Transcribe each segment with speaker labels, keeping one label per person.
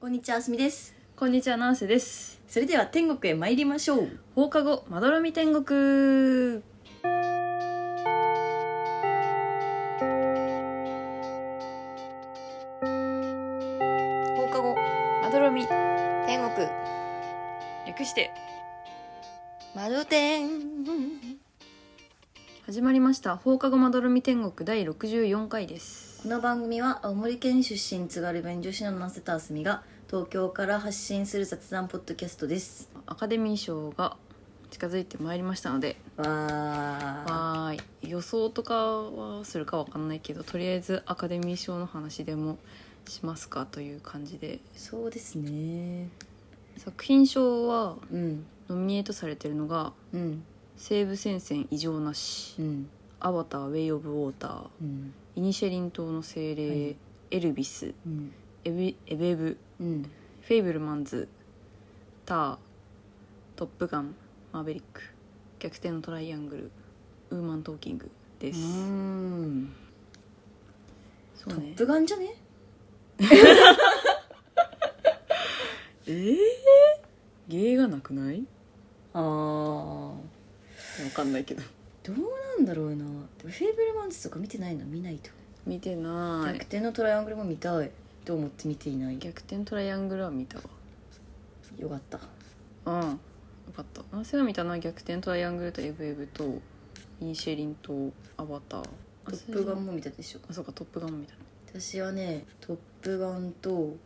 Speaker 1: こんにちは、あすみです。
Speaker 2: こんにちは、ナンセです。
Speaker 1: それでは天国へ参りましょう。
Speaker 2: 放課後、まどろみ天国。
Speaker 3: 放課後まどろみ天国
Speaker 2: 略して、
Speaker 3: まど天
Speaker 2: 始まりました。放課後まどろみ天国第64回です。
Speaker 1: この番組は青森県出身津軽弁女子のナセタあすみが東京から発信する雑談ポッドキャストです。
Speaker 2: アカデミー賞が近づいてまいりましたので、
Speaker 1: わー。
Speaker 2: わーい。予想とかはするかわかんないけど、とりあえずアカデミー賞の話でもしますかという感じで。
Speaker 1: そうですね。
Speaker 2: 作品賞は
Speaker 1: うん。
Speaker 2: ノミネートされてるのが、
Speaker 1: うん。
Speaker 2: 西部戦線異常なし
Speaker 1: う、ん。
Speaker 2: アバター、ウェイ・オブ・ウォーター、
Speaker 1: うん。
Speaker 2: イニシェリン島の精霊、
Speaker 1: はい
Speaker 2: エルビス、
Speaker 1: うん。
Speaker 2: エベエベブ
Speaker 1: うん。
Speaker 2: フェイブルマンズタートップガンマーベリック逆転のトライアングルウーマントーキングで
Speaker 1: う
Speaker 2: す、
Speaker 1: ん。
Speaker 2: そ
Speaker 1: ト
Speaker 2: うね
Speaker 1: ップガンじゃね
Speaker 2: えー、芸がなくない
Speaker 1: あー。
Speaker 2: わかんないけど
Speaker 1: どうなんだろうな。でもフェイブルマンズとか見てないな、見ないと。
Speaker 2: 見てな
Speaker 1: 逆
Speaker 2: い
Speaker 1: 転のトライアングルも見たいと思って見ていない。
Speaker 2: 逆転トライアングルは見た
Speaker 1: よかった。
Speaker 2: わうんよかった男性は見たな逆転トライアングルとエブエブとインシェリンとアバター
Speaker 1: トップガンも見たでしょ
Speaker 2: あそうかトップガンも見た
Speaker 1: 私はね「トップガンと」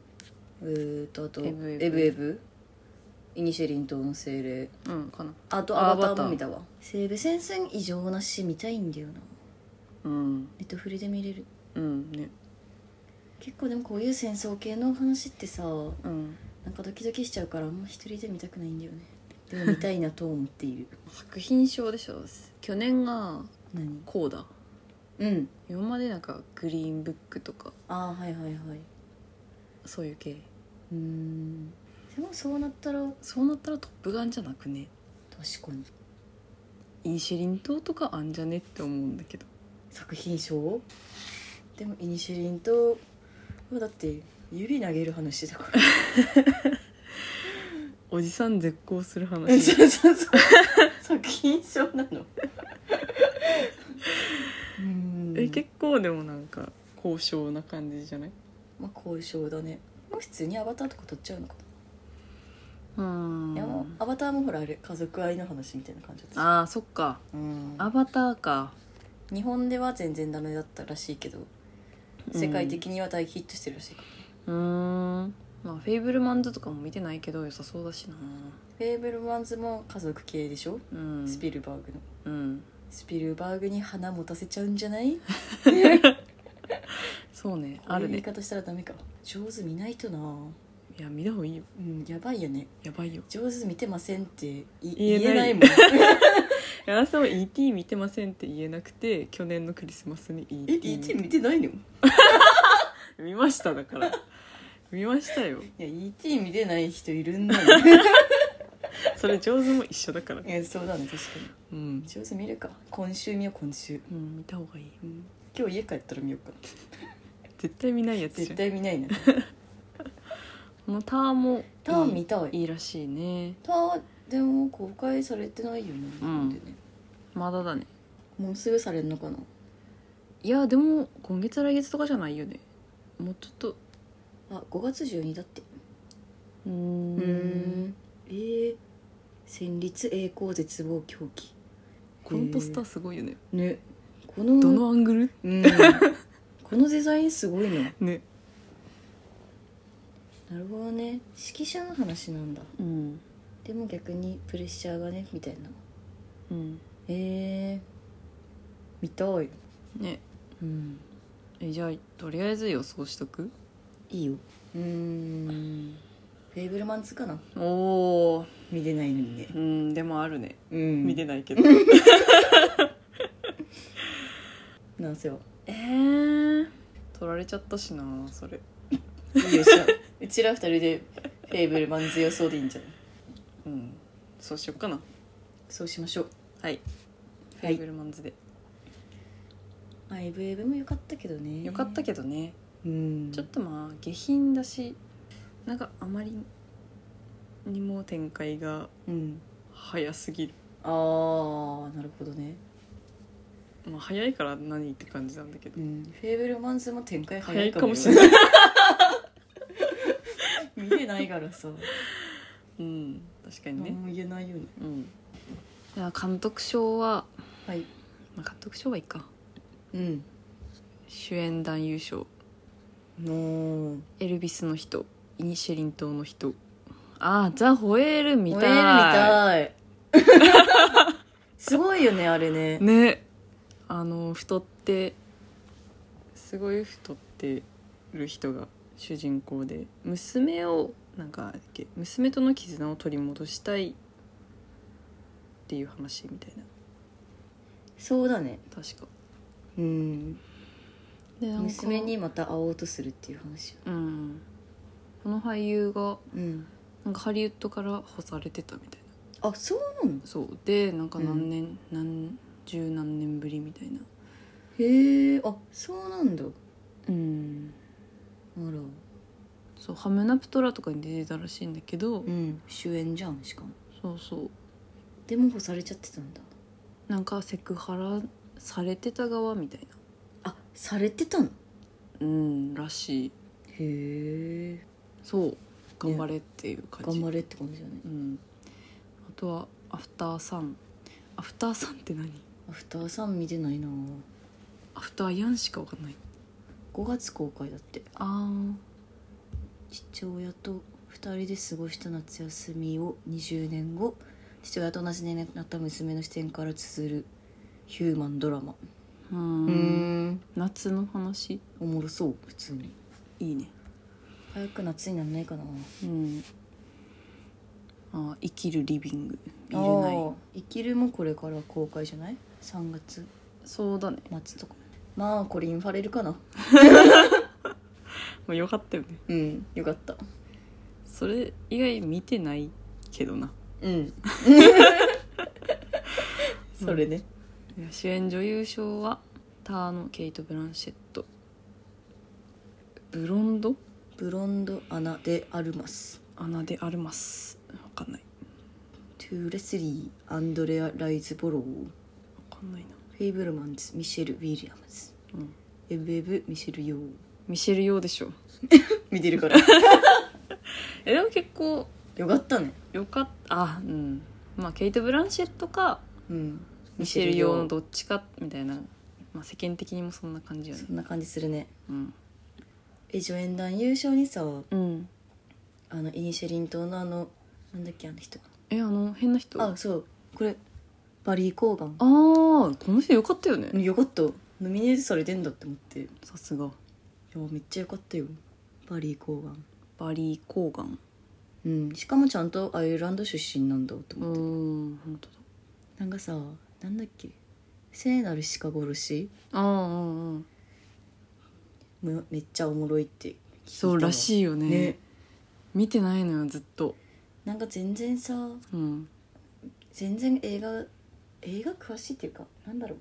Speaker 1: えーとあと「
Speaker 2: エ
Speaker 1: エ
Speaker 2: ブ
Speaker 1: ブ
Speaker 2: エ
Speaker 1: エ
Speaker 2: ブ
Speaker 1: ブ」イニシェリン島の精霊」
Speaker 2: うんかな
Speaker 1: あと「
Speaker 2: あ
Speaker 1: アバ
Speaker 2: アバタ
Speaker 1: ター」
Speaker 2: ー
Speaker 1: も見たわ西部戦線異常なし見たいんだよな
Speaker 2: うん
Speaker 1: ネットフリで見れる
Speaker 2: うんね
Speaker 1: 結構でもこういう戦争系の話ってさ
Speaker 2: うん
Speaker 1: なんかドキドキしちゃうからあんま一人で見たくないんだよねでも見たいなと思ってい る
Speaker 2: 作品賞でしょ去年が
Speaker 1: 何
Speaker 2: こうだ
Speaker 1: うん
Speaker 2: 今までなんかグリーンブックとか
Speaker 1: ああはいはいはい
Speaker 2: そういう系
Speaker 1: うーんでもそうなったら
Speaker 2: そうなったら「トップガン」じゃなくね
Speaker 1: 確かに
Speaker 2: インシェリン島とかあんじゃねって思うんだけど
Speaker 1: 作品賞でもイニシリンとだって指投げる話だから
Speaker 2: おじさん絶交す
Speaker 1: え
Speaker 2: る話
Speaker 1: そうそうそう 作品賞なのうん
Speaker 2: え結構でもなんか高尚な感じじゃない
Speaker 1: まあ交渉だねもう普通にアバターとか撮っちゃうのか
Speaker 2: うん
Speaker 1: な、でもアバターもほらあれ家族愛の話みたいな感じだったし
Speaker 2: あーそっか
Speaker 1: うん
Speaker 2: アバターか
Speaker 1: 日本では全然ダメだったらしいけど世界的には大ヒットしてるらしいから、
Speaker 2: うーんまあフェイブルマンズとかも見てないけど良さそうだしな
Speaker 1: フェーブルマンズも家族系でしょ、
Speaker 2: うん
Speaker 1: スピルバーグの
Speaker 2: うん
Speaker 1: スピルバーグに花持たせちゃうんじゃない
Speaker 2: そうね
Speaker 1: あ
Speaker 2: あ
Speaker 1: る
Speaker 2: る
Speaker 1: 言い
Speaker 2: ね
Speaker 1: 方したらダメか上手見ないとない
Speaker 2: や見た方がいいよ
Speaker 1: うんやばいよね
Speaker 2: やばいよ
Speaker 1: 上手見てませんってい
Speaker 2: 言え
Speaker 1: 言え
Speaker 2: な
Speaker 1: ないい もん
Speaker 2: 柳さんは ET 見てませんって言えなくて去年のクリスマスに ET,
Speaker 1: え ET 見てないのい
Speaker 2: 見ましただから見ましたよ
Speaker 1: や ET 見てない人いるんだ ね
Speaker 2: それ上手も一緒だから
Speaker 1: いやそうだね確か
Speaker 2: うん
Speaker 1: に、上手見るか今週見よう今週、
Speaker 2: うん、見た方がいい
Speaker 1: うん、今日家帰ったら見ようかな
Speaker 2: 絶対見ないやつじ
Speaker 1: 絶
Speaker 2: ゃん
Speaker 1: 対見ないな
Speaker 2: このターンも
Speaker 1: ターン見たい
Speaker 2: いいらしいね
Speaker 1: ターンでも公開されてないよね,、
Speaker 2: うん
Speaker 1: でね
Speaker 2: まだだね
Speaker 1: もうすぐされんのかない
Speaker 2: やでも今月来月とかじゃないよねもうちょっと
Speaker 1: あ5月12だって
Speaker 2: うー
Speaker 1: うんえー、戦慄栄光絶望狂気
Speaker 2: このポスターすごいよね、
Speaker 1: ねこの
Speaker 2: どのアングル
Speaker 1: うんこのデザインすごいなな
Speaker 2: ね
Speaker 1: るほどね指揮者の話なんだ
Speaker 2: うん
Speaker 1: でも逆にプレッシャーがねみたいな
Speaker 2: うん
Speaker 1: えー、見たい
Speaker 2: ね
Speaker 1: うん
Speaker 2: えじゃあとりあえず予想しとく
Speaker 1: いいようーんフェイブルマンズかな
Speaker 2: おお
Speaker 1: 見れないのにね
Speaker 2: うんでもあるね、
Speaker 1: うん
Speaker 2: 見てないけど
Speaker 1: なんせは
Speaker 2: えー、取られちゃったしなそれ
Speaker 1: いいよじゃあ うちら二人でフェイブルマンズ予想でいいんじゃない
Speaker 2: うんそうしよっかな
Speaker 1: そうしましょう
Speaker 2: はいフ
Speaker 1: は
Speaker 2: ェ
Speaker 1: い
Speaker 2: イブルマンズで、
Speaker 1: アイブエブも良かったけどね
Speaker 2: よかったけどね、
Speaker 1: うん
Speaker 2: ちょっとまあ下品だしなんかあまりにも展開が
Speaker 1: うん
Speaker 2: 早すぎる
Speaker 1: あーなるほどね、
Speaker 2: まあ早いから何って感じなんだけど
Speaker 1: うん、フェーブルマンズも展開
Speaker 2: 早
Speaker 1: 早
Speaker 2: い
Speaker 1: い
Speaker 2: か
Speaker 1: か
Speaker 2: も
Speaker 1: も
Speaker 2: し
Speaker 1: し
Speaker 2: れ
Speaker 1: れ
Speaker 2: な
Speaker 1: ないい 見てないからさ、
Speaker 2: うん確かに
Speaker 1: 何
Speaker 2: ね
Speaker 1: も言えないよね
Speaker 2: うんいや監督賞は、
Speaker 1: はい
Speaker 2: まあ、監督賞はいいか
Speaker 1: うん
Speaker 2: 主演男優賞
Speaker 1: の
Speaker 2: エルビスの人イニシェリン島の人ああザ・ホエール
Speaker 1: 見
Speaker 2: 見た
Speaker 1: た
Speaker 2: い
Speaker 1: い見たい すごいよねあれね
Speaker 2: ねあの太ってすごい太ってる人が主人公で娘をなんかなんだっけ娘との絆を取り戻したいっていう話みたいな
Speaker 1: そうだね
Speaker 2: 確か
Speaker 1: うん
Speaker 2: でなんか
Speaker 1: 娘にまた会おうとするっていう話よ
Speaker 2: うんこの俳優が
Speaker 1: うん
Speaker 2: なんかハリウッドから干されてたみたい
Speaker 1: あそうなの
Speaker 2: なそうでなんか何年、何十何年ぶりみたいな
Speaker 1: へえあそうなんだあ
Speaker 2: うん
Speaker 1: ら
Speaker 2: そうハムナプトラとかに出てたらしいんだけど、
Speaker 1: うん主演じゃんしかも
Speaker 2: そうそう
Speaker 1: でも干されちゃってたんだ
Speaker 2: なんかセクハラされてた側みたいな
Speaker 1: あされてたの
Speaker 2: うんらしい
Speaker 1: へえ
Speaker 2: そう頑張れっていう感じ、
Speaker 1: 頑張れって感じだね
Speaker 2: うんあとはアフターサンアフターサンって何
Speaker 1: アフターさん見てないな
Speaker 2: アフターヤンしかわかんない
Speaker 1: 5月公開だって
Speaker 2: あー
Speaker 1: 父親と2人で過ごした夏休みを20年後父親と同じ年齢になった娘の視点から綴るヒューマンドラマ
Speaker 2: う
Speaker 1: う
Speaker 2: ー
Speaker 1: んん
Speaker 2: 夏の話
Speaker 1: おもろそう普通に
Speaker 2: いいね
Speaker 1: 早く夏になんないかな
Speaker 2: うんあー生きるリビングビ
Speaker 1: ビ
Speaker 2: ールナイ
Speaker 1: ー生きるもこれから公開じゃない3月
Speaker 2: ンそうだね
Speaker 1: 夏とかまあコリン・ファレルかな
Speaker 2: もうよかったよね
Speaker 1: うんよかった
Speaker 2: それ以外見てないけどな
Speaker 1: うん それね
Speaker 2: いや主演女優賞はターのケイト・ブランシェットブロンド
Speaker 1: ブロンド・アナ・デ・アルマス
Speaker 2: アナ・デ・アルマスわかんない
Speaker 1: トゥー・レスリー・アンドレア・ライズ・ボロー
Speaker 2: わかんないな
Speaker 1: フェイブルマンズミシェル・ウィリアムズ、
Speaker 2: うん
Speaker 1: エブエブミシェル・ヨー
Speaker 2: ミシェル・ヨーでしょ
Speaker 1: 見てるから
Speaker 2: えでも結構
Speaker 1: よかったね
Speaker 2: よかったあうんまあケイト・ブランシェットか
Speaker 1: うん
Speaker 2: ミシェル・
Speaker 1: ミシェルヨ
Speaker 2: ヨーのどっちかみたいな、まあ、世間的にもそんな感じよね
Speaker 1: ーそんな感じするね
Speaker 2: うん、
Speaker 1: え助演団優勝にさ
Speaker 2: うん、
Speaker 1: あのイニシェリン島のあのなんだっけあの人
Speaker 2: えあの変な人
Speaker 1: あそうこれバリー・コーガン
Speaker 2: あーこの人よかったよね
Speaker 1: よかったノミネートされてんだって思っていや
Speaker 2: さすが
Speaker 1: めっちゃよかったよバリー・コーガン
Speaker 2: バリー・コーガン
Speaker 1: うんしかもちゃんとアイルランド出身なんだって
Speaker 2: うー
Speaker 1: 思って、
Speaker 2: ん本当だ
Speaker 1: なんかさなんだっけ聖なる鹿殺し
Speaker 2: ああうんうん
Speaker 1: めめっちゃおもろいって
Speaker 2: そうら
Speaker 1: い
Speaker 2: しいよね
Speaker 1: ね
Speaker 2: 見てないのよずっと
Speaker 1: なんか全然さ
Speaker 2: うん
Speaker 1: 全然映画映画詳しいっていうかなんだろう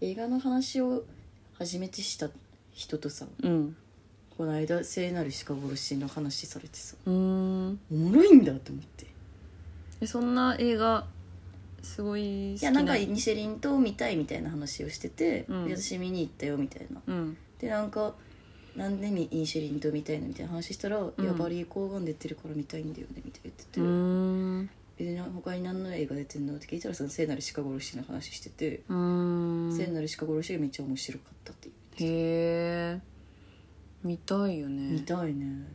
Speaker 1: 映画の話を初めてした人とさ
Speaker 2: うん
Speaker 1: この間聖なる鹿殺しの話されてさ
Speaker 2: うーん
Speaker 1: おもろいんだと思って
Speaker 2: えそんな映画すごい好き
Speaker 1: いやなんかイニシェリン島見たいみたいな話をしてて、
Speaker 2: うん
Speaker 1: で私見に行ったよみたいな
Speaker 2: うん
Speaker 1: でなんかなんでイニシェリン島見たいのみたいな話したら、
Speaker 2: ん
Speaker 1: いやバリー・コーガン出てるから見たいんだよねみたいな言ってて、
Speaker 2: うーん
Speaker 1: 別に他に何の映画出てんのって聞いたらその聖なる鹿殺しの話してて、
Speaker 2: うーん
Speaker 1: 聖なる鹿殺しがめっちゃ面白かったって
Speaker 2: へえ見たいよね
Speaker 1: 見たいね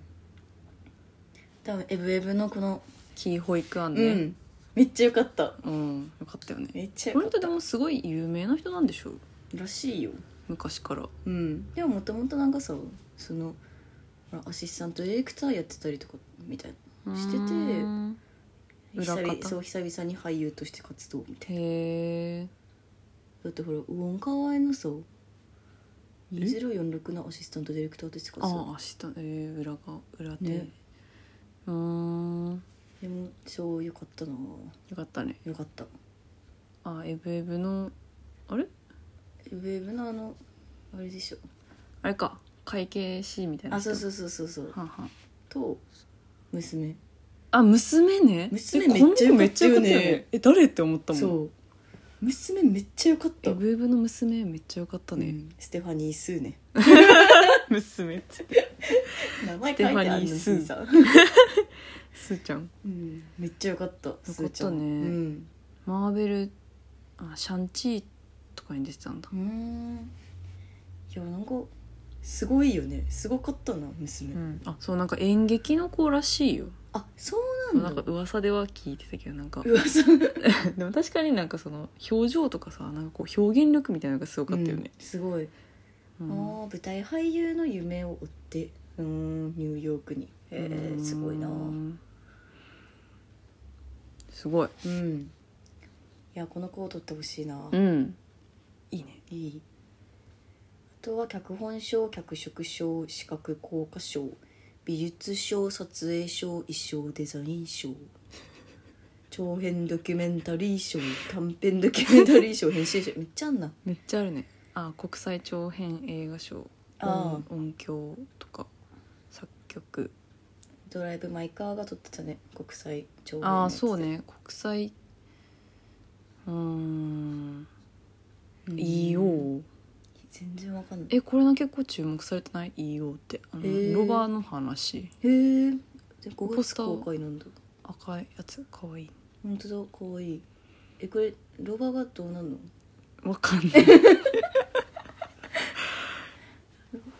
Speaker 1: 多分エブエブのこの、
Speaker 2: キーホイクアンね
Speaker 1: めっちゃ良かった
Speaker 2: うん、よかったよね
Speaker 1: めっちゃ
Speaker 2: こ
Speaker 1: 良
Speaker 2: の
Speaker 1: かっ
Speaker 2: 人でもすごい有名な人なんでしょう
Speaker 1: たらしいよ
Speaker 2: 昔から
Speaker 1: うんでももともとなんかさそのほらアシスタントディレクターやってたりとかみたいなして
Speaker 2: うー
Speaker 1: て
Speaker 2: ん裏
Speaker 1: 久
Speaker 2: 方
Speaker 1: 々そう久々に俳優として活動みたいな
Speaker 2: へえ
Speaker 1: だってほらウォンカワイのさ2046のアシスタントディレクターとして活
Speaker 2: ああ
Speaker 1: 動
Speaker 2: 明日えー、裏が裏手、
Speaker 1: ね
Speaker 2: うーん
Speaker 1: でも超良かったな
Speaker 2: よかったね
Speaker 1: 良かった
Speaker 2: あエブエブのあれ
Speaker 1: エブエブのあのあれでしょ
Speaker 2: あれか会計士みたいな
Speaker 1: あそう
Speaker 2: う
Speaker 1: そうそうそうそう
Speaker 2: はんはん
Speaker 1: と娘
Speaker 2: あ娘ね
Speaker 1: 娘
Speaker 2: えこの子
Speaker 1: めっちゃ良かったよね
Speaker 2: めっちゃ良かったよえ誰って思ったもん
Speaker 1: そう娘めっちゃ良かった
Speaker 2: えブーブーの娘めっちゃ良かった
Speaker 1: う
Speaker 2: ね、
Speaker 1: んステファニー・スーね
Speaker 2: 娘っつって
Speaker 1: 名前書いてあるのに
Speaker 2: ステファニー
Speaker 1: さん、
Speaker 2: すーちゃん
Speaker 1: うん、めっちゃ良かったよ
Speaker 2: たねマーベルあシャンチーとかに出てたんだ
Speaker 1: うんうんいやなんかすごいよねすごかったな娘、
Speaker 2: うんあそうなんか演劇の子らしいよ
Speaker 1: あそうな
Speaker 2: なん
Speaker 1: ん
Speaker 2: か
Speaker 1: だ
Speaker 2: 噂では聞いてたけどなんか
Speaker 1: うわそう
Speaker 2: でも確かになんかその表情とかさなんかこう表現力みたいなのがすごかったよね、
Speaker 1: うんすごい、
Speaker 2: うん
Speaker 1: ああ舞台俳優の夢を追ってうーんニューヨークにへえ
Speaker 2: うん
Speaker 1: すごいなう
Speaker 2: すごい
Speaker 1: んいやこの子を取ってほしいな、
Speaker 2: うんいいね
Speaker 1: いいあとは脚本賞脚色賞視覚効果賞美術賞撮影賞衣装デザイン賞長編ドキュメンタリー賞短編ドキュメンタリー賞編集賞めっちゃあんな
Speaker 2: めっちゃあるねあ国際長編映画賞
Speaker 1: あ
Speaker 2: 音音響とか作曲
Speaker 1: ドライブ・マイ・カーが撮ってたね国際長編の
Speaker 2: あ
Speaker 1: や
Speaker 2: あ
Speaker 1: つ
Speaker 2: そうね国際うーん
Speaker 1: うん
Speaker 2: EO
Speaker 1: 全然わかんない
Speaker 2: えこれの結構注目されてない EO ってあの
Speaker 1: へー
Speaker 2: ロバの話
Speaker 1: へえで5
Speaker 2: ポス
Speaker 1: 月
Speaker 2: ター
Speaker 1: 公開なんだ
Speaker 2: 赤いやつかわいい
Speaker 1: 本当だかわいいえこれロバがどうなんの
Speaker 2: わかんない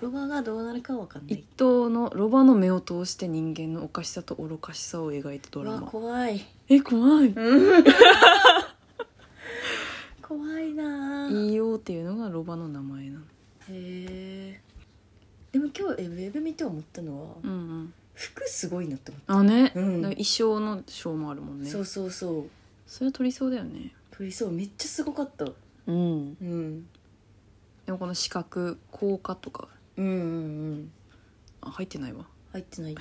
Speaker 1: ロバがどうなるかわかんな
Speaker 2: 一
Speaker 1: い
Speaker 2: 頭のロバの目を通して人間のおかしさと愚かしさを描いたド
Speaker 1: う
Speaker 2: ラ
Speaker 1: わ
Speaker 2: マ
Speaker 1: 怖い
Speaker 2: え怖い
Speaker 1: 怖いなあ
Speaker 2: EO っていうのがロバの名前なの
Speaker 1: へえでも今日えウェブ見て思ったのは、
Speaker 2: うんうん
Speaker 1: 服すごいなって思っ
Speaker 2: あね、
Speaker 1: うん
Speaker 2: だから衣装の賞もあるもん
Speaker 1: た、
Speaker 2: ね
Speaker 1: そうそうそう
Speaker 2: それは取りそうだよね
Speaker 1: 取りそうめっちゃすごかった
Speaker 2: うん
Speaker 1: うん
Speaker 2: でもこの視覚効果とか
Speaker 1: うんうんうん
Speaker 2: あ入ってないわ
Speaker 1: 入って ない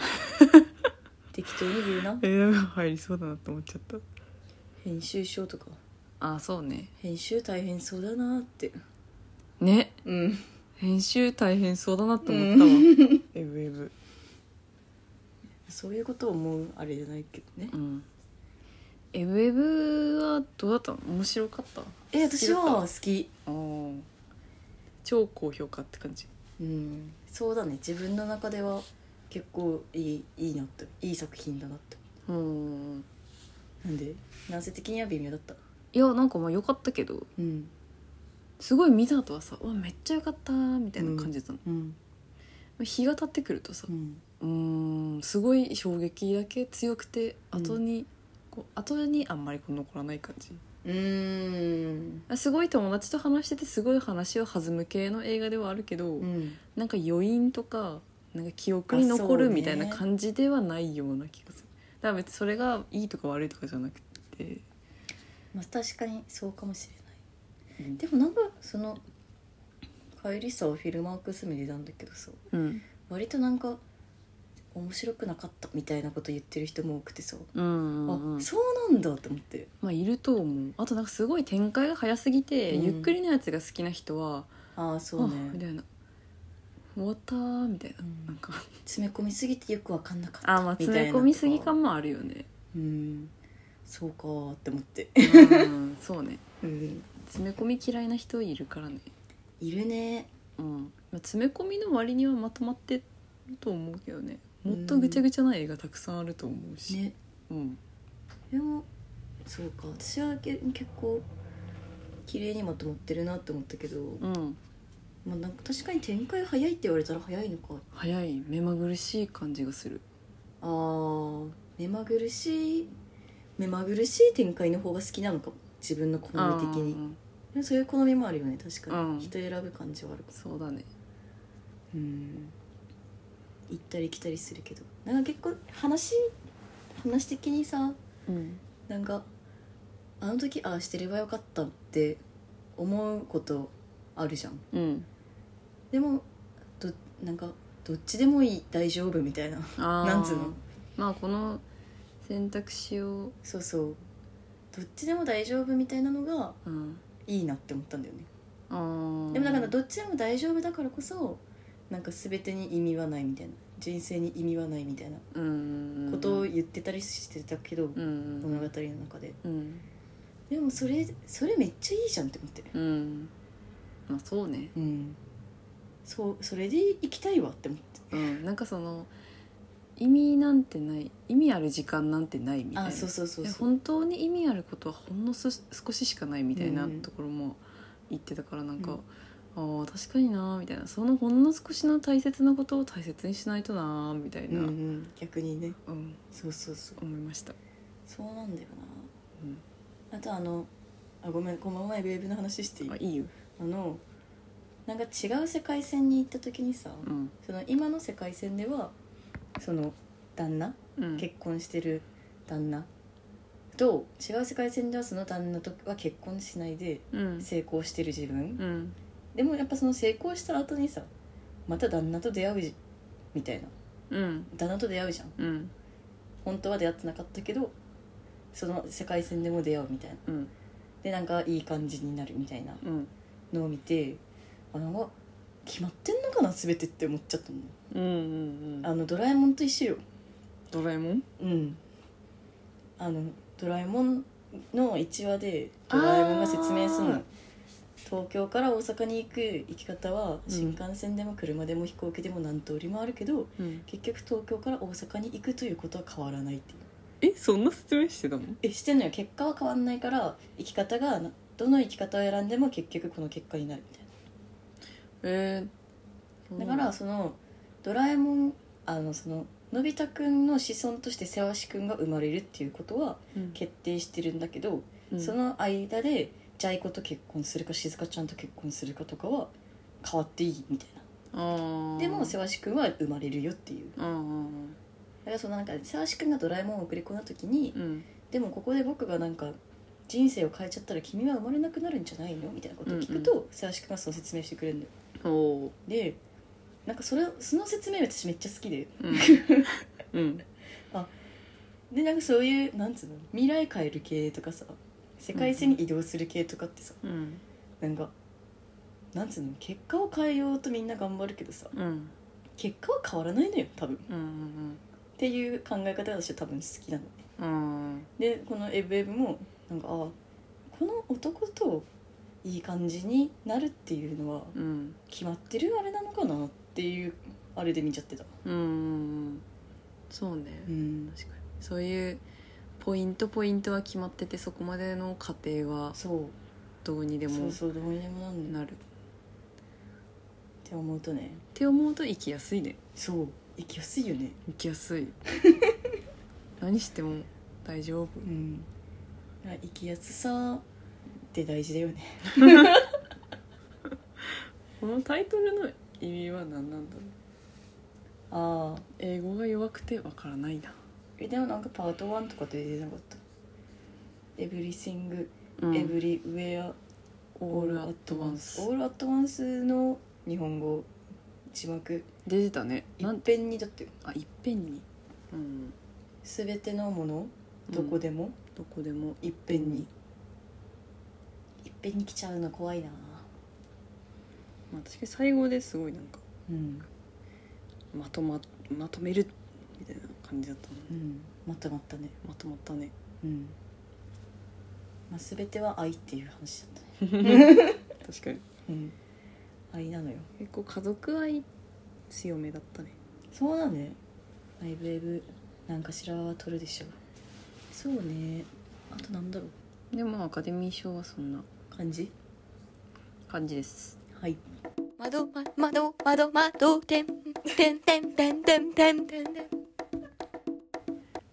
Speaker 1: 適当に言うな
Speaker 2: えー、入りそうだなって思っちゃった
Speaker 1: 編集しようとか
Speaker 2: あそうね
Speaker 1: 編集大変そうだなって
Speaker 2: ね
Speaker 1: うん
Speaker 2: 編集大変そうだなって思ったわ、 えウェブ
Speaker 1: そういうことを思うあれじゃないけどね
Speaker 2: うんえウェブはどうだったの面白かった
Speaker 1: え私は好き
Speaker 2: あー超高評価って感じ
Speaker 1: うんそうだね自分の中では結構いいいいなっていい作品だなって
Speaker 2: うん
Speaker 1: なんで男性的には微妙だった
Speaker 2: いやなんかまあ良かったけど
Speaker 1: うん
Speaker 2: すごい見た後はさ「うわめっちゃ良かった」みたいな感じだったの、
Speaker 1: うん
Speaker 2: 日が経ってくるとさ
Speaker 1: うん
Speaker 2: うーんすごい衝撃だけ強くて
Speaker 1: うん
Speaker 2: 後に、こう後にあんまりこう残らない感じ
Speaker 1: うーん
Speaker 2: あすごい友達と話しててすごい話を弾む系の映画ではあるけど、
Speaker 1: うん
Speaker 2: なんか余韻とかなんか記憶に残
Speaker 1: あそ
Speaker 2: る
Speaker 1: うね
Speaker 2: みたいな感じではないような気がするだから別にそれがいいとか悪いとかじゃなくて、
Speaker 1: まあ確かにそうかもしれない
Speaker 2: うん
Speaker 1: でもなんかその帰りさフィルマークス見てたんだけどさ
Speaker 2: うん
Speaker 1: 割となんか面白くなかったみたいなこと言ってる人も多くてさ、
Speaker 2: うんうんうん
Speaker 1: あそうなんだと思って
Speaker 2: まあいると思うあとなんかすごい展開が早すぎて、
Speaker 1: うん
Speaker 2: ゆっくりのやつが好きな人は
Speaker 1: ああそうね
Speaker 2: あみたいな終わったーみたいな,、
Speaker 1: うん
Speaker 2: なんか
Speaker 1: 詰め込みすぎてよく分かんなかった
Speaker 2: あまあ
Speaker 1: みたいな
Speaker 2: 詰め込みすぎ感もあるよね
Speaker 1: うんそうかーって思 って、
Speaker 2: うん そうね
Speaker 1: うん、
Speaker 2: 詰め込み嫌いな人いるからね
Speaker 1: いるね
Speaker 2: うんまあ詰め込みの割にはまとまってると思うけどねもっとぐちゃぐちゃな映画たくさんあると思うし、
Speaker 1: ね
Speaker 2: うん、
Speaker 1: でもそうか私はけ結構綺麗にまとまってるなって思ったけど、
Speaker 2: うん、
Speaker 1: まあ、なんか確かに展開早いって言われたら早いのか
Speaker 2: 早い目まぐるしい感じがする
Speaker 1: あー目まぐるしい目まぐるしい展開の方が好きなのかも自分の好み的
Speaker 2: う
Speaker 1: に
Speaker 2: ん
Speaker 1: でもそういう好みもあるよね確かに、
Speaker 2: うん
Speaker 1: 人選ぶ感じはあるかも
Speaker 2: そうだね
Speaker 1: うん行ったり来たりするけどなんか結構話話的にさ
Speaker 2: うん
Speaker 1: なんかあの時ああしてればよかったって思うことあるじゃん
Speaker 2: うん
Speaker 1: でもどなんかどっちでもいい大丈夫みたいな
Speaker 2: あー
Speaker 1: なんつうの
Speaker 2: まあこの選択肢を、
Speaker 1: そうそうどっちでも大丈夫みたいなのが
Speaker 2: うん、
Speaker 1: いいなって思ったんだよね
Speaker 2: あー
Speaker 1: でもだからどっちでも大丈夫だからこそなんか全てに意味はないみたいな人生に意味はないみたいな
Speaker 2: うん
Speaker 1: ことを言ってたりしてたけど、
Speaker 2: うん
Speaker 1: 物語の中で
Speaker 2: うん
Speaker 1: でもそれそれめっちゃいいじゃんって思って
Speaker 2: うんまあそうね
Speaker 1: うんそうそれで行きたいわって思って
Speaker 2: うんなんかその意味なんてない意味ある時間なんてないみたい
Speaker 1: あ
Speaker 2: な
Speaker 1: そうそうそう
Speaker 2: で
Speaker 1: そう
Speaker 2: 本当に意味あることはほんのす少ししかないみたいな
Speaker 1: うん
Speaker 2: ところも言ってたからなん
Speaker 1: う
Speaker 2: か
Speaker 1: ん、
Speaker 2: ああ確かになーみたいなそのほんの少しの大切なことを大切にしないとなーみたいな、
Speaker 1: う
Speaker 2: うん
Speaker 1: うんん、逆にねそうそうそう
Speaker 2: 思いました、
Speaker 1: そうなんだよ
Speaker 2: うん
Speaker 1: なあとあのあごめんこの前ウェーブの話していい
Speaker 2: あいいよ、
Speaker 1: あのなんか違う世界線に行った時にさ、
Speaker 2: うん
Speaker 1: その今の世界線ではその旦那、
Speaker 2: うん、
Speaker 1: 結婚してる旦那と違う世界線ではその旦那とは結婚しないで
Speaker 2: うん
Speaker 1: 成功してる自分、
Speaker 2: うん
Speaker 1: でもやっぱその成功した後にさまた旦那と出会うじみたいな
Speaker 2: うん
Speaker 1: 旦那と出会うじゃん
Speaker 2: うん
Speaker 1: 本当は出会ってなかったけどその世界線でも出会うみたいな
Speaker 2: うん
Speaker 1: でなんかいい感じになるみたいな
Speaker 2: うん
Speaker 1: のを見てあなんか決まってんのかな全てって思っちゃったの
Speaker 2: うんうん
Speaker 1: あのドラえもんと一緒よ
Speaker 2: ドラえもん
Speaker 1: うんあのドラえもんの1話でドラえもんが説明する
Speaker 2: あ
Speaker 1: の
Speaker 2: ー
Speaker 1: 東京から大阪に行く行き方は
Speaker 2: うん
Speaker 1: 新幹線でも車でも飛行機でも何通りもあるけど、
Speaker 2: うん
Speaker 1: 結局東京から大阪に行くということは変わらないっていう
Speaker 2: えそんな説明してたの
Speaker 1: えしてんのよ結果は変わんないから生き方がなどの生き方を選んでも結局この結果になるみたい
Speaker 2: えー、
Speaker 1: なだからそのドラえもんあのそののび太くんの子孫としてせわしくんが生まれるっていうことは
Speaker 2: うん、
Speaker 1: 決定してるんだけど、
Speaker 2: うん
Speaker 1: その間でジャイ子と結婚するか静香ちゃんと結婚するかとかは変わっていいみたい
Speaker 2: あー
Speaker 1: なでもせわしくんは生まれるよっていう
Speaker 2: あー
Speaker 1: だからそのなんかせわしくんがドラえもんを送り込んだ時に、
Speaker 2: うん
Speaker 1: でもここで僕がなんか人生を変えちゃったら君は生まれなくなるんじゃないのみたいなことを聞くとせわしくんがその説明してくれるんだよ
Speaker 2: おお
Speaker 1: でなんかそれその説明私めっちゃ好きで
Speaker 2: ーうん、うん
Speaker 1: でなんかそういうなんつうの未来変える系とかさ世界線に移動する系とかってさ、
Speaker 2: うん
Speaker 1: なんかなんつうの結果を変えようとみんな頑張るけどさ
Speaker 2: うん
Speaker 1: 結果は変わらないのよ多分っ
Speaker 2: うん
Speaker 1: ていう考え方が私は多分好きなのね
Speaker 2: うん
Speaker 1: でこの「エブエブもなんかあこの男といい感じになるっていうのは
Speaker 2: うん
Speaker 1: 決まってるあれなのかなっていうあれで見ちゃってた
Speaker 2: うんそうね、
Speaker 1: ん
Speaker 2: 確かにそういうポイントポイントは決まっててそこまでの過程は
Speaker 1: そう
Speaker 2: どうに
Speaker 1: で
Speaker 2: で
Speaker 1: もそ
Speaker 2: も
Speaker 1: うそうどうにでもなんだよ
Speaker 2: なるっ
Speaker 1: って思うとね
Speaker 2: て思うと行きやすいね
Speaker 1: そう行きやすいよね
Speaker 2: 行きやすい何しても大丈夫
Speaker 1: うんだから行きやすさって大事だよね
Speaker 2: このタイトルの意味は何なんだろう
Speaker 1: ああ
Speaker 2: 英語が弱くてわからないな、
Speaker 1: えでもなんかパート1とかって出てなかった「エブリシング・
Speaker 2: うん
Speaker 1: エブリウェア・
Speaker 2: オールアットワンス
Speaker 1: オールアットワンスの日本語字幕
Speaker 2: 出てたね
Speaker 1: い
Speaker 2: な
Speaker 1: っ
Speaker 2: ん
Speaker 1: ぺんにだって
Speaker 2: あいっぺんにうん
Speaker 1: 全てのものどこでも
Speaker 2: どこでも
Speaker 1: いっぺんに、いっぺんに来ちゃうの怖いな
Speaker 2: まあ、確かに最後ですごいなんか
Speaker 1: うん、
Speaker 2: まとままとめるみたいな感じだったの
Speaker 1: う
Speaker 2: ね
Speaker 1: ん、まとまったね
Speaker 2: まとまったね
Speaker 1: うん、まあ、全ては愛っていう話だったね、
Speaker 2: 確かに
Speaker 1: うん、愛なのよ
Speaker 2: 結構家族愛強めだったね
Speaker 1: そうなのね「ライブエブ」なんかしらは撮るでしょうそうねあとなんだろう
Speaker 2: でもアカデミー賞はそんな
Speaker 1: 感じ
Speaker 2: 感じです
Speaker 1: はい
Speaker 3: 窓ま窓窓窓てんてんてんてんてんてんてんてん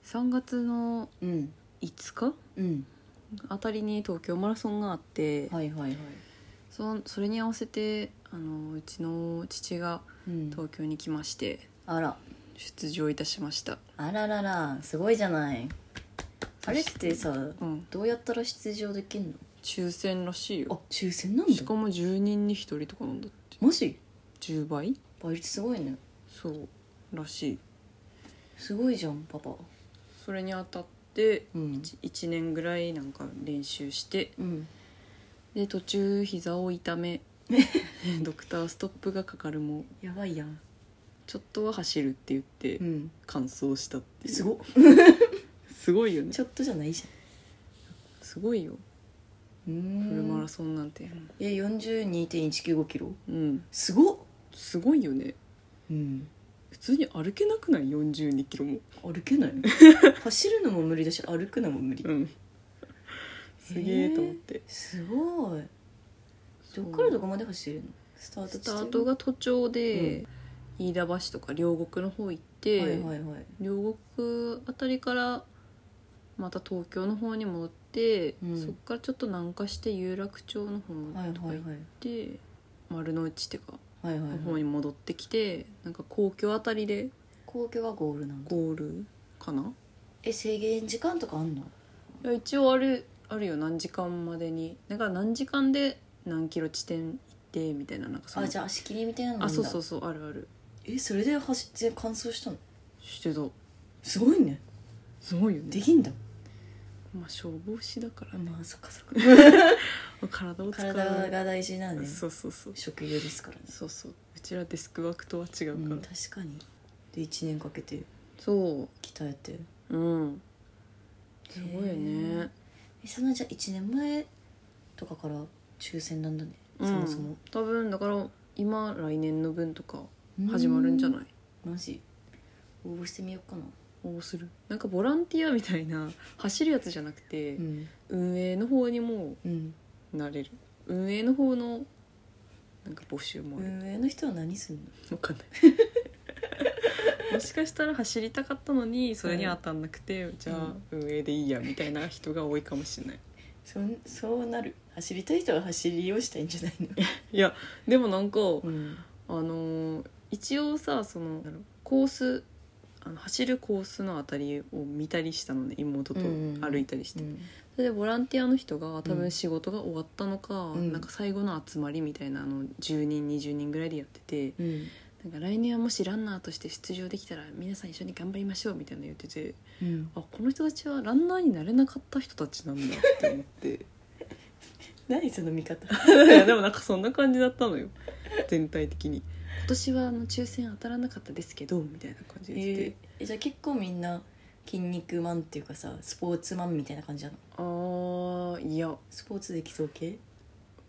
Speaker 2: 3月の
Speaker 1: うん
Speaker 2: 5日
Speaker 1: うん
Speaker 2: あたりに東京マラソンがあって、
Speaker 1: はいはいはい
Speaker 2: そそれに合わせてあのうちの父が
Speaker 1: うん
Speaker 2: 東京に来まして
Speaker 1: あら
Speaker 2: 出場いたしました
Speaker 1: あらららすごいじゃないあれってさ
Speaker 2: うん
Speaker 1: どうやったら出場できん
Speaker 2: 抽選らしい
Speaker 1: の
Speaker 2: よ
Speaker 1: あ抽選なん
Speaker 2: し
Speaker 1: だ
Speaker 2: かも10人に1人とかなんだって
Speaker 1: マジ
Speaker 2: 10倍
Speaker 1: 倍率すごいね
Speaker 2: そうらしい
Speaker 1: すごいじゃんパパ
Speaker 2: それにあたって
Speaker 1: うん
Speaker 2: 1年ぐらいなんか練習して
Speaker 1: うん
Speaker 2: で途 中膝を痛めドクターストップがかかるも
Speaker 1: やばいやん
Speaker 2: ちょっとは走るって言って
Speaker 1: うん
Speaker 2: 完走したっていう
Speaker 1: すごっ
Speaker 2: すごいよね
Speaker 1: ちょっとじゃないじ
Speaker 2: すごいよ
Speaker 1: ゃんうーん
Speaker 2: フルマラソンなんて
Speaker 1: え42.195キロ
Speaker 2: うん
Speaker 1: すごっ
Speaker 2: すごいよね
Speaker 1: うん
Speaker 2: 普通に歩けなくない42キロも
Speaker 1: 歩け ない走るのも無理だし歩くのも無理
Speaker 2: うんすげえと思って
Speaker 1: すごいどっからどこまで走れるのスタート
Speaker 2: ス
Speaker 1: 地
Speaker 2: タ
Speaker 1: 点
Speaker 2: ートが都庁で、飯田橋とか両国の方行って、
Speaker 1: はいはいはい
Speaker 2: 両国あたりからまた東京の方に戻って、
Speaker 1: うん
Speaker 2: そっからちょっと南下して有楽町の
Speaker 1: はい
Speaker 2: 方とか
Speaker 1: はい
Speaker 2: 行っ
Speaker 1: はい
Speaker 2: て、丸の内っていうか
Speaker 1: はいはい
Speaker 2: の
Speaker 1: は
Speaker 2: 方
Speaker 1: い
Speaker 2: に戻ってきてなんか皇居あたりで
Speaker 1: 皇居がゴールなんだ
Speaker 2: ゴールかな
Speaker 1: え制限時間とかあんの
Speaker 2: いや一応あるあるよ何時間までにだから何時間で何キロ地点行ってみたいななんかその
Speaker 1: あじゃあ足切りみたいなの
Speaker 2: あそうそううそうあるある
Speaker 1: えそれで走全完走したの
Speaker 2: してた
Speaker 1: すごいね
Speaker 2: すごいよね
Speaker 1: できんだ
Speaker 2: まあ消防士だからね
Speaker 1: まあそっかそ っか
Speaker 2: 体を使う
Speaker 1: 体が大事なね
Speaker 2: そうそうそう
Speaker 1: 職業ですからね
Speaker 2: そうそううちらデスクワークとは違う
Speaker 1: う
Speaker 2: から、
Speaker 1: ん確かにで1年かけて
Speaker 2: そ
Speaker 1: 鍛えて
Speaker 2: ううんすごいよ
Speaker 1: へ
Speaker 2: ね
Speaker 1: ーえそのじゃあ1年前とかから抽選なんだね、
Speaker 2: うん
Speaker 1: そもそも
Speaker 2: 多分だから今来年の分とか始まるんじゃないい
Speaker 1: マジ応募してみようかな
Speaker 2: 応募するなんかボランティアみたいな走るやつじゃなくて、
Speaker 1: ん
Speaker 2: 運営の方にも
Speaker 1: うん
Speaker 2: なれる運営の方のなんか募集もある、
Speaker 1: 運営の人は何すんの
Speaker 2: わかんないもしかしたら走りたかったのにそれに当たんなくて、じゃあ運営でいいやみたいな人が多いかもしれない
Speaker 1: そんそうなる走りたい人は走りをしたいんじゃない
Speaker 2: いやでもなんか、
Speaker 1: の、うん、
Speaker 2: あのー一応さそのなんだろうコースあの走るコースのあたりを見たりしたのね妹と
Speaker 1: うんうんうん
Speaker 2: 歩いたりして、
Speaker 1: うん
Speaker 2: それでボランティアの人が多
Speaker 1: う
Speaker 2: 分
Speaker 1: ん
Speaker 2: 仕事が終わったのか、
Speaker 1: うん
Speaker 2: なんか最後の集まりみたいなのを10人20人ぐらいでやってて、
Speaker 1: うん
Speaker 2: なんか来年はもしランナーとして出場できたら皆さん一緒に頑張りましょうみたいなの言ってて
Speaker 1: うん、
Speaker 2: あこの人たちはランナーになれなかった人たちなんだって思って
Speaker 1: 何その見方
Speaker 2: いやでもなんかそんな感じだったのよ全体的に今年はあの抽選当たらなかったですけどみたいな感じで言って
Speaker 1: え
Speaker 2: て、
Speaker 1: ーじゃあ結構みんな筋肉マンっていうかさスポーツマンみたいな感じなの
Speaker 2: あーいや
Speaker 1: スポーツできそう系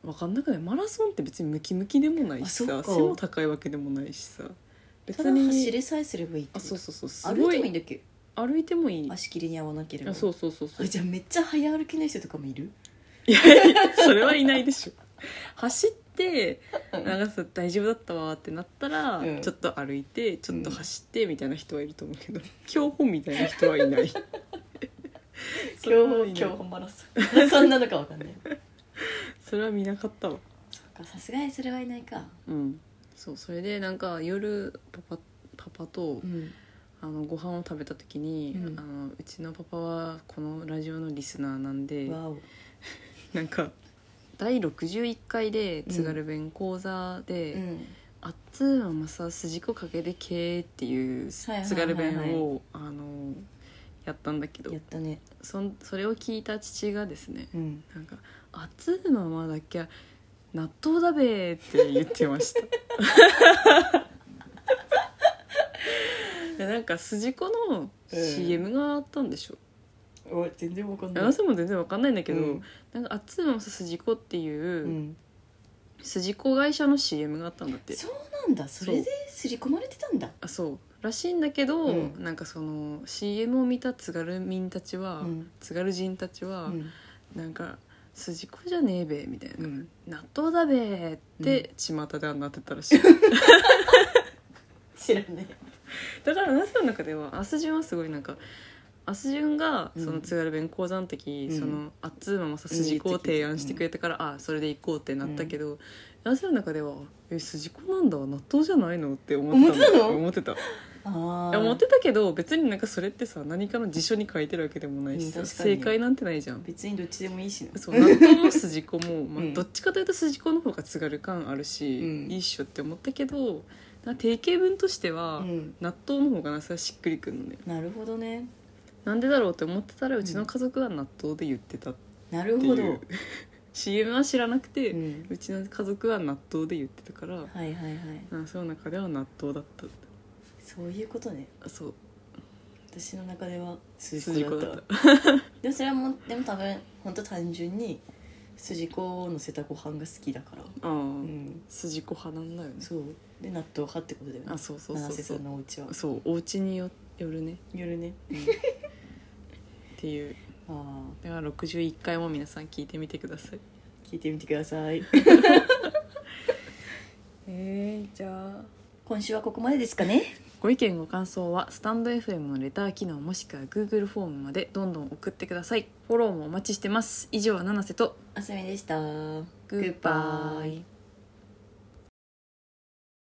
Speaker 2: わかんなくないマラソンって別にムキムキでもないし
Speaker 1: あそ
Speaker 2: さ
Speaker 1: っか
Speaker 2: 背も高いわけでもないしさ
Speaker 1: ただ走れさえすればいいって
Speaker 2: あ
Speaker 1: こ
Speaker 2: そう
Speaker 1: と
Speaker 2: そうそうす
Speaker 1: 歩い
Speaker 2: ご
Speaker 1: てもいいん
Speaker 2: い
Speaker 1: だっけ
Speaker 2: 歩いてもいい
Speaker 1: 足切りに合わなければ
Speaker 2: あそううそうそうそう
Speaker 1: じゃあめっちゃ早歩きの人とかもいる
Speaker 2: いやいや それはいないでしょ走って
Speaker 1: うん
Speaker 2: 長さ大丈夫だったわってなったら、
Speaker 1: うん
Speaker 2: ちょっと歩いてちょっと走ってみたいな人はいると思うけど、競歩みたいな人はいないそれ
Speaker 1: 競
Speaker 2: は
Speaker 1: 歩
Speaker 2: いない
Speaker 1: 競歩マラソン そんなのかわかんない
Speaker 2: それは見なかったわ
Speaker 1: そっかさすがにそれはいないか
Speaker 2: うんそうそれでなんか夜パパパパと
Speaker 1: うん
Speaker 2: あのご飯を食べた時に、
Speaker 1: うん
Speaker 2: あのうちのパパはこのラジオのリスナーなんで
Speaker 1: わお
Speaker 2: なんか第61回で津軽弁講座で、
Speaker 1: うん
Speaker 2: あっつーはまさ筋子かけでけーっていう津
Speaker 1: はいはいはいはい
Speaker 2: 軽弁をあのやったんだけど
Speaker 1: やったね
Speaker 2: そんそれを聞いた父がですね
Speaker 1: うん
Speaker 2: なんか「あっつーままだきゃ納豆だべ」って言ってましたで なんか筋子の CM があったんでしょ、
Speaker 1: お全然わかんない
Speaker 2: 私も全然わかんないんだけど、
Speaker 1: うん
Speaker 2: なんか「あっつーままさ筋子」っていううん筋子会社の CM があったんだって
Speaker 1: そうなんだそれですり込まれてたんだ
Speaker 2: あそうらしいんだけど、
Speaker 1: うん
Speaker 2: なんかその CM を見た津軽民たちは、
Speaker 1: うん
Speaker 2: 津軽人たちは、
Speaker 1: うん
Speaker 2: なんか「筋子じゃねえべ」みたいな「
Speaker 1: うん
Speaker 2: 納豆だべ」って巷ではなってたらし い、
Speaker 1: 知らない
Speaker 2: だからナスの中ではアスジュンはすごいなんかアスジュンが
Speaker 1: うん
Speaker 2: その津軽弁講座の時、
Speaker 1: うん
Speaker 2: そのあっつーままさ筋子を提案してくれたから、あそれで行こうってなったけど、ナスの中では「え筋子なんだ納豆じゃないの?」って思ってた
Speaker 1: 思ってたの
Speaker 2: 思ってた
Speaker 1: あ
Speaker 2: い
Speaker 1: あ
Speaker 2: や持ってたけど別になんかそれってさ何かの辞書に書いてるわけでもないしさ、
Speaker 1: うん確かに
Speaker 2: 正解なんてないじゃん
Speaker 1: 別にどっちでもいいしな
Speaker 2: そう納豆も筋子も、ま
Speaker 1: うん
Speaker 2: あ、どっちかというと筋子の方が津軽感あるし、
Speaker 1: うん
Speaker 2: いいっしょって思ったけどなんか定型文としては、
Speaker 1: うん
Speaker 2: 納豆の方がなさしっくりくるのね
Speaker 1: なるほどね
Speaker 2: なんでだろうって思ってたらうちの家族は納豆で言ってたって
Speaker 1: なる
Speaker 2: いう、
Speaker 1: ほど
Speaker 2: CM は知らなくて、
Speaker 1: う
Speaker 2: うんちの家族は納豆で言ってたから、
Speaker 1: はいはいはい
Speaker 2: なんかその中では納豆だった
Speaker 1: そういうことね
Speaker 2: そう
Speaker 1: 私の中では筋
Speaker 2: 筋
Speaker 1: 子
Speaker 2: 子
Speaker 1: だ
Speaker 2: だ
Speaker 1: っ
Speaker 2: ったた
Speaker 1: でもそれはもうでも多分本当単純に筋子をのせたご飯が好きだから
Speaker 2: ああ、
Speaker 1: うん
Speaker 2: 筋子派なんだよね
Speaker 1: そうで納豆派ってことだよね
Speaker 2: あそうそうそ
Speaker 1: 七
Speaker 2: う
Speaker 1: 瀬さ
Speaker 2: そ
Speaker 1: ん
Speaker 2: う
Speaker 1: のお家は
Speaker 2: そうお家によよるね
Speaker 1: 夜ね
Speaker 2: っていう
Speaker 1: あ
Speaker 2: だから61回も皆さん聞いてみてください
Speaker 1: ー聞いてみてくださいえー、じゃあ 今週はここまでですかね
Speaker 2: ご意見ご感想はスタンド FM のレター機能もしくは Google フォームまでどんどん送ってくださいフォローもお待ちしてます以上七瀬と
Speaker 1: あすみでしたグ
Speaker 2: グッバイ